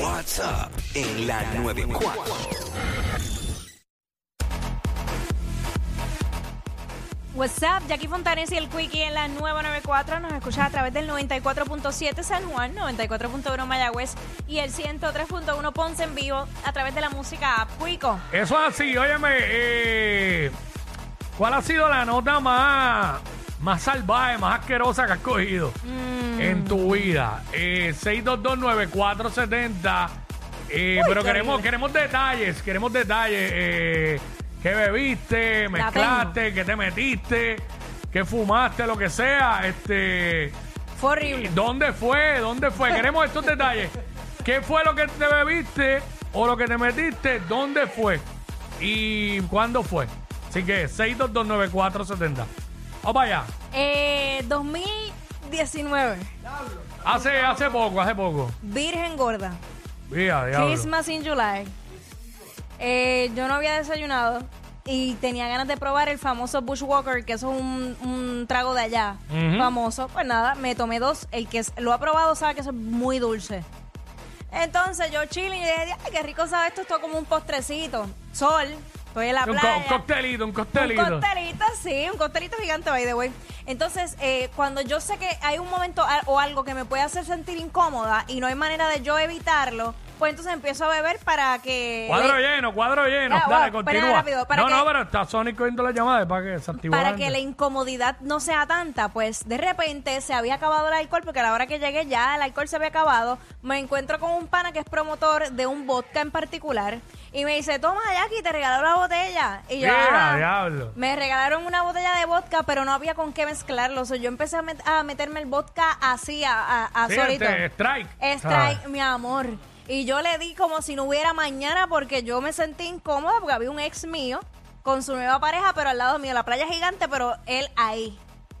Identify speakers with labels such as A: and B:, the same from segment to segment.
A: WhatsApp en la 94.
B: WhatsApp, Jackie Fontanes y el Quickie en la nueva 94. Nos escuchas a través del 94.7 San Juan, 94.1 Mayagüez y el 103.1 Ponce en vivo a través de la música app Quico.
C: Eso es así, óyeme, eh, ¿cuál ha sido la nota más, más salvaje, más asquerosa que has cogido
B: Mm,
C: en tu vida? Eh, 6229470, eh,
B: Uy,
C: pero
B: qué
C: queremos,
B: horrible.
C: queremos detalles, queremos detalles, eh, ¿qué bebiste, mezclaste, qué te metiste, qué fumaste, lo que sea, este...
B: Fue horrible.
C: ¿Dónde fue? ¿Dónde fue? Queremos estos detalles. ¿Qué fue lo que te bebiste o lo que te metiste? ¿Dónde fue? ¿Y cuándo fue? Así que 6229470. Vamos para allá.
B: Eh, 2019,
C: Hace, hace poco, hace poco.
B: Virgen Gorda,
C: Mira, diablo.
B: Christmas in July. Eh, yo no había desayunado y tenía ganas de probar el famoso Bushwalker, que eso es un, un trago de allá,
C: Ujú.
B: famoso. Pues nada, me tomé dos. El que es- lo ha probado sabe que eso es muy dulce. Entonces yo chile y dije, ay, qué rico sabe esto, esto como un postrecito. Sol, estoy en la
C: Un, co-
B: playa.
C: un coctelito, un
B: Un
C: coctelito.
B: costelito, sí, un costelito gigante, by the way. Entonces, eh, cuando yo sé que hay un momento a- o algo que me puede hacer sentir incómoda y no hay manera de yo evitarlo, pues entonces empiezo a beber para que...
C: Cuadro
B: le-
C: lleno, cuadro lleno.
B: Ah,
C: Dale,
B: wow, espera,
C: continúa.
B: rápido, para
C: no,
B: que-
C: no, pero está Sonic cogiendo la llamada es para que se activó
B: para
C: la
B: que la
C: gente.
B: incomodidad no sea tanta, pues de repente se había acabado el alcohol, porque a la hora que llegué ya el alcohol se había acabado. Me encuentro con un pana que es promotor de un vodka en particular y me dice, toma Jackie, te regaló la botella. Y yo,
C: Mira,
B: "Ah".
C: diablo.
B: me regalaron una botella de vodka, pero no había con qué mezclarlo. So, yo empecé a, met- a meterme el vodka así, a, a- a
C: Sí,
B: solito.
C: este, strike.
B: Strike,
C: Ah.
B: mi amor. Y yo le di como si no hubiera mañana porque yo me sentí incómoda porque había un ex mío con su nueva pareja, pero al lado mío. La playa es gigante, pero él ahí,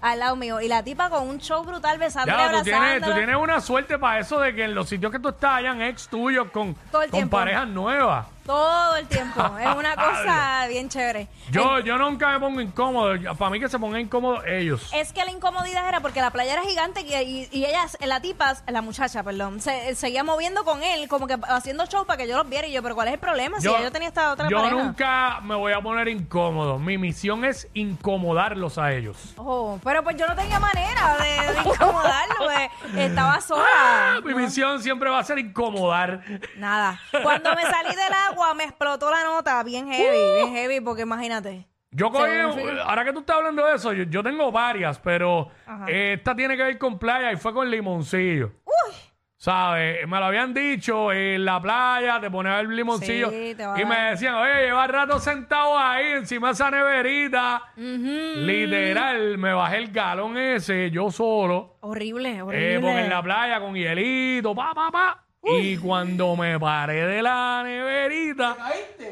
B: al lado mío. Y la tipa con un show brutal besándole,
C: Ya, tú tienes,
B: abrazándolo.
C: tú tienes una suerte para eso de que en los sitios que tú estás hayan ex tuyos con,
B: Todo el
C: con
B: tiempo.
C: parejas nuevas.
B: Todo el tiempo. es una cosa bien chévere.
C: Yo, yo nunca me pongo incómodo. Para mí que se pongan incómodos ellos.
B: Es que la incomodidad era porque la playa era gigante y, y- y ella, la tipa, la muchacha, perdón, se, eh, seguía moviendo con él, como que haciendo show para que yo los viera. Y yo, pero ¿cuál es el problema? Si ya yo, tenía esta otra
C: yo
B: pareja.
C: nunca me voy a poner incómodo. Mi misión es incomodarlos a ellos.
B: Oh, pero pues yo no tenía manera de, de incomodarlo, pues estaba
C: Ah,
B: sola.
C: mi misión siempre va a ser incomodar.
B: Nada. Cuando me salí del agua me explotó la nota, bien heavy,
C: Uh.
B: bien heavy, porque imagínate.
C: Yo cogí,
B: Según-
C: ahora que tú estás hablando de eso, yo, yo tengo varias, pero
B: Ajá.
C: eh, esta tiene que ver con playa y fue con limoncillo.
B: Uy,
C: ¿Sabes? Me lo habían dicho en la playa, te ponía el limoncillo.
B: Sí, te va a
C: y me
B: dar.
C: decían, oye, lleva rato sentado ahí encima de esa neverita. Literal, me bajé el galón ese yo solo.
B: horrible, horrible.
C: Eh, porque en la playa con hielito, pa, pa, pa. Y cuando me paré de la neverita,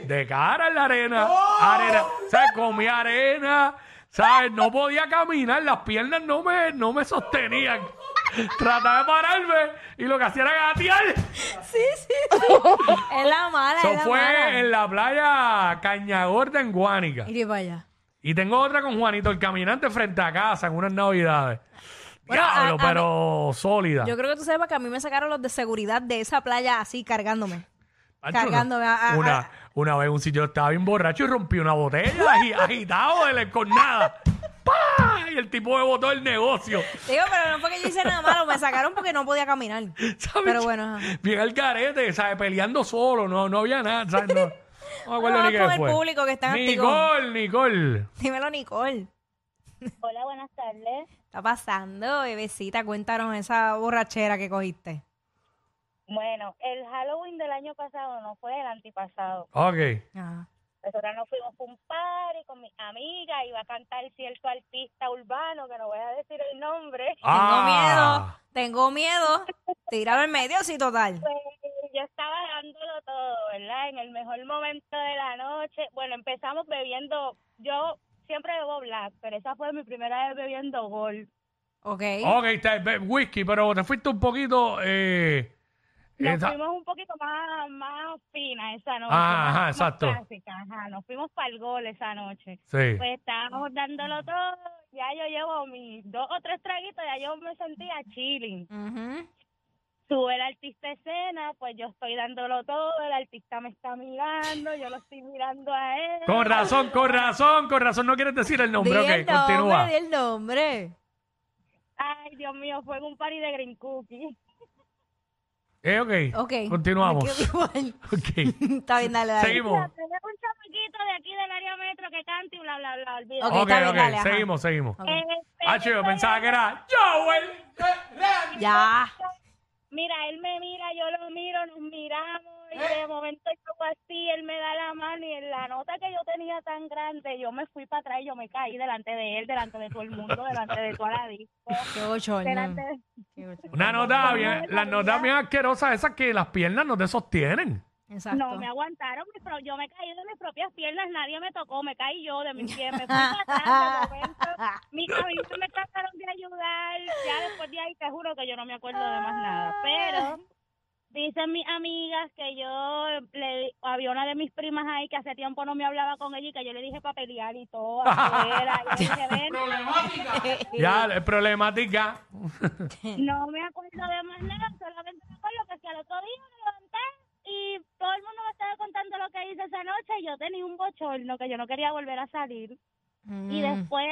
C: de cara en la arena, arena, ¿sabes? Comí arena, ¿sabes? No podía caminar, las piernas no me, no me sostenían. Trataba de pararme y lo que hacía era gatear.
B: Sí, sí, sí. es la mala,
C: Eso
B: es la mala.
C: fue en la playa Cañagorda en Guánica.
B: Ir y vaya.
C: Y tengo otra con Juanito, el caminante frente a casa en unas navidades.
B: Bueno,
C: Diablo,
B: a- a
C: pero sólida.
B: Yo creo que tú sabes que a mí me sacaron los de seguridad de esa playa así cargándome.
C: Pancho,
B: cargándome a- a-
C: una,
B: a-
C: una vez en un sitio estaba bien borracho y rompí una botella agi- agitado de la encornada. ¡Pah! Y el tipo me botó el negocio.
B: Digo, pero no fue que yo hice nada malo, me sacaron porque no podía caminar.
C: ¿sabes?
B: Pero bueno, ajá.
C: Bien al carete, ¿sabes? Peleando solo, no, no había nada, ¿sabes? No, no me acuerdo
B: Vamos
C: ni
B: con
C: qué
B: el
C: fue.
B: público que está en
C: Nicole, Nicole.
B: dímelo Nicole.
D: Hola, buenas tardes.
B: está pasando, bebecita? Cuéntanos esa borrachera que cogiste.
D: Bueno, el Halloween del año pasado no fue el antipasado.
C: Ok.
B: Ajá.
D: Nosotros nos fuimos a un party con mi amiga, iba a cantar cierto artista urbano, que no voy a decir el nombre.
C: Ah.
B: Tengo miedo, tengo miedo. Tirado en medio, sí, total.
D: Pues, yo estaba dándolo todo, ¿verdad? En el mejor momento de la noche. Bueno, empezamos bebiendo, yo siempre bebo black, pero esa fue mi primera vez bebiendo gold.
B: Ok.
C: Ok, está, be- whisky, pero te fuiste un poquito. Eh,
D: Nos
C: esa-
D: fuimos un poquito más, más fina esa noche.
C: Ah,
D: más-
C: ajá,
D: más
C: exacto.
D: clásica, ajá. Nos fuimos para el gol esa noche.
C: sí.
D: Pues estábamos dándolo todo. Ya yo llevo mis dos o tres traguitos, ya yo me sentía chilling.
B: Ujú.
D: Sube el artista a escena, pues yo estoy dándolo todo, el artista me está mirando, yo lo estoy mirando a él.
C: Con razón, con razón, con razón. No quieres decir el nombre.
B: Di el
C: ok, continúa.
B: nombre, di el nombre.
D: Ay, Dios mío, fue en un party de Green Cookie.
C: Eh, ok.
B: Ok. Me
C: Continuamos.
B: quedo igual.
C: Ok.
B: está bien, dale, dale.
C: Seguimos.
D: Tenemos un chamaquito de aquí del área metro que canta y bla, bla, bla, olvídate.
B: Ok,
C: Ok,
B: está bien,
C: ok.
B: dale, ajá.
C: Seguimos, seguimos.
B: Ok.
D: Este,
C: Ah, chico, yo
D: estoy
C: pensaba que era Joel.
B: Ya.
D: Mira, él me mira, yo lo miro, nos miramos y de momento yo hago así, él me da la mano y en la nota que yo tenía tan grande, yo me fui para atrás y yo me caí delante de él, delante de todo el mundo, delante de toda la disco,
B: Qué bochorno.
D: delante de...
B: Qué bochorno.
C: Una nota bien, las notas bien asquerosas esas que las piernas no te sostienen.
B: Exacto.
D: No, me aguantaron, mis pro- yo me caí de mis propias piernas, nadie me tocó, me caí yo de mis pies, me fui para atrás de momento, mis amigos me trataron de ayudar, ya después de ahí te juro que yo no me acuerdo de más nada, pero dicen mis amigas que yo le di- había una de mis primas ahí que hace tiempo no me hablaba con ella y que yo le dije para pelear y todo, afuera, y yo le dije, "Ven,
C: Ya, es problemática.
D: No me acuerdo de más nada, solamente me acuerdo que al otro día me levanté y todo el mundo me estaba contando lo que hice esa noche y yo tenía un bochorno que yo no quería volver a salir.
B: Mm.
D: Y después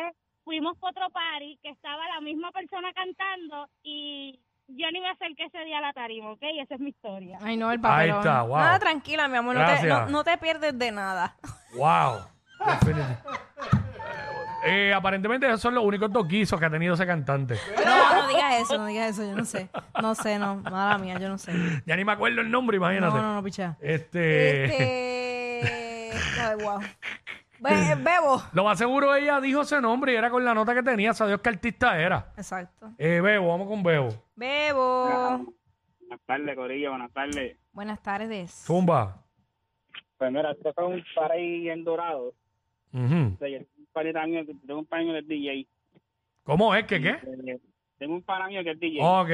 D: fuimos para otro party que estaba la misma persona cantando y yo ni me acerqué ese día a la tarima, ¿ok? Esa es mi historia.
B: Ay, no, el papelón.
C: Ahí está, wow.
B: Nada, tranquila, mi amor. No te,
C: Gracias.
B: no- no te pierdes de nada.
C: Wow. Definit- Eh, aparentemente esos son los únicos dos guisos que ha tenido ese cantante.
B: No, no digas eso, no digas eso. Yo no sé. No sé, no. Mala mía, yo no sé. No,
C: Ya ni me acuerdo el nombre, imagínate.
B: no, no, picha.
C: Este, Eh.
B: Este. Ay, wow. Be- bebo.
C: Lo más seguro ella dijo ese nombre y era con la nota que tenía. Sabías qué artista era.
B: Exacto.
C: Eh, Bebo, vamos con Bebo.
B: Bebo.
E: Buenas tardes, Corillo, buenas tardes.
B: Buenas tardes.
C: Zumba.
E: Pues mira, esto fue un party en Dorado.
C: Ujú.
E: O sea, yo tengo un par también, tengo un par mío que es DJ.
C: ¿Cómo es que qué?
E: Eh, Tengo un par mío que es DJ.
C: Ok.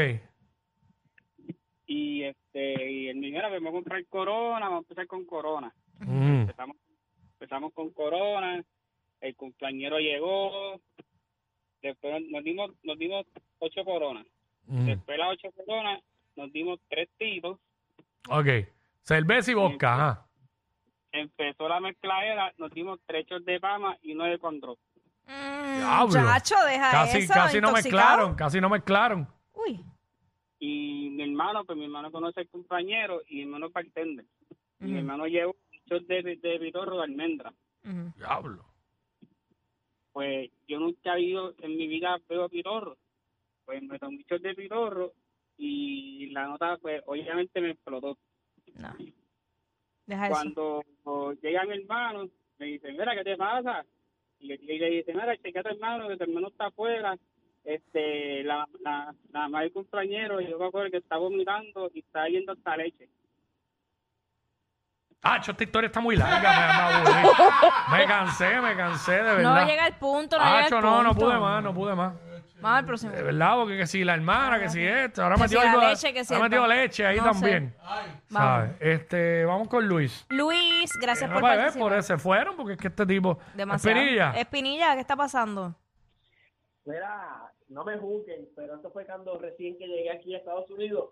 E: Y este, y él me dijo, "Mira, pues, vamos a comprar Corona, vamos a empezar con Corona.
C: Ujú.
E: Empezamos, empezamos con Corona, el cumpleañero llegó, después nos dimos, nos dimos ocho Coronas.
C: Ujú.
E: Después de las ocho Coronas, nos dimos tres tiros.
C: Ok. Cerveza y vodka, ajá.
E: Empezó la mezcladera, nos dimos tres shots de pama y uno de condro.
B: Mm,
C: Diablo.
B: Chacho, deja
C: Casi,
B: Ah, eso.
C: casi no
B: intoxicado.
C: mezclaron, casi no mezclaron.
B: Uy.
E: y mi hermano, pues mi hermano conoce al compañero y mi hermano es bartender. Y mi hermano lleva un shot de, de pitorro de almendra.
B: Ujú.
C: Diablo.
E: Pues yo nunca he ido en mi vida veo pitorro. Pues me tomé un shot de pitorro y la nota, pues obviamente me explotó.
B: No. Deja eso.
E: Cuando llega mi hermano, me dice, mira, ¿qué te pasa? Y, y le dice, mira, chequea a tu hermano, que tu hermano está afuera. Este, la, la, la mamá del compañero, yo me acuerdo que está vomitando y está yendo hasta leche.
C: Ah, esta historia está muy larga, me, me aburrí. Me cansé, me cansé, de verdad.
B: No llega el punto, no llega
C: Acho,
B: el
C: no,
B: punto.
C: no pude más, no pude más.
B: Vamos al próximo.
C: De verdad, porque que si la hermana, que si esto, ahora
B: Que
C: metió
B: si la
C: algo de-
B: leche, que si
C: ha
B: el
C: metido
B: pan.
C: leche ahí
B: No sé.
C: también.
B: Vamos.
C: ¿Sabes? Este, vamos con Luis.
B: Luis, gracias
C: Eh, No,
B: por
C: para ver,
B: participar.
C: por eso se fueron, porque es que este tipo.
B: Demasiado. Eh.
C: Espinilla.
B: Espinilla, ¿qué está pasando?
F: Mira, no me juzguen, pero esto fue cuando recién que llegué aquí a Estados Unidos.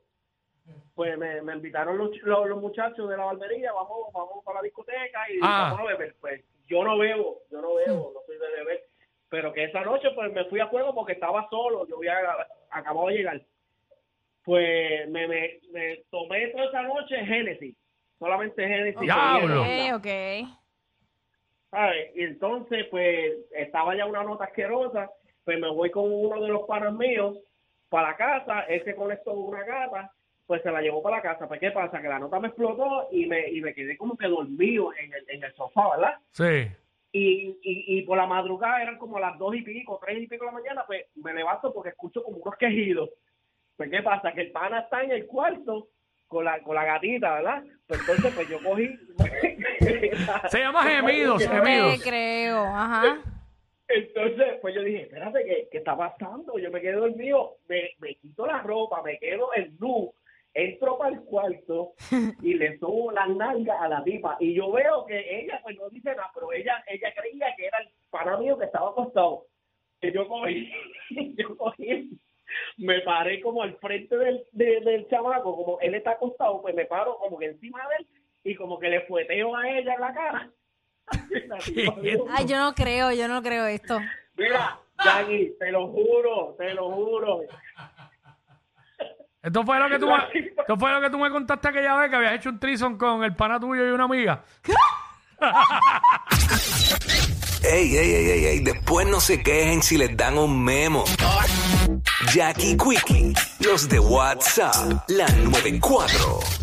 F: Pues me, me invitaron los, ch- los, los muchachos de la barbería, vamos, vamos para la discoteca y
C: Ah.
F: vamos a beber. Pues yo no bebo, yo no bebo, no soy de beber. Pero que esa noche pues me fui a juego porque estaba solo, yo había acabado de llegar. Pues me, me, me tomé toda esa noche Genesis, solamente Genesis.
C: Diablo.
B: Ok, ok.
F: ¿sabes? Y entonces, pues, estaba ya una nota asquerosa, pues me voy con uno de los panas míos para la casa, él se conectó una gata, pues se la llevó para la casa. Pues, ¿qué pasa? Que la nota me explotó y me, y me quedé como que dormido en el, en el sofá, ¿verdad?
C: Sí.
F: Y, y, y por la madrugada eran como las dos y pico, tres y pico de la mañana, pues me levanto porque escucho como unos quejidos. Pues, ¿qué pasa? Que el pana está en el cuarto con la, con la gatita, ¿verdad? Pues entonces, pues yo cogí...
C: Se llama Gemidos,
B: No te
C: Gemidos.
B: creo, ajá.
F: Entonces, pues yo dije, espérate, ¿qué, qué está pasando? Yo me quedé dormido, me, me quito la ropa, me quedo en luz, entro para el cuarto y le subo las nalgas a la tipa. Y yo veo que ella, pues no dice nada, pero ella, ella creía que era el pana mío que estaba acostado. Que yo cogí, yo cogí me paré como al frente del, de- del chamaco, como él está acostado, pues me paro como que encima de él y como que le fueteo a ella en la cara.
B: Ay, yo no creo, yo no creo esto.
F: Mira, Dani, te lo juro, te lo juro.
C: Esto fue lo que tú me, esto fue lo que tú me contaste aquella vez que habías hecho un trison con el pana tuyo y una amiga.
A: Ey, ey, ey, ey, ey, después no se quejen si les dan un memo. Jackie Quickie, los de WhatsApp, la 94.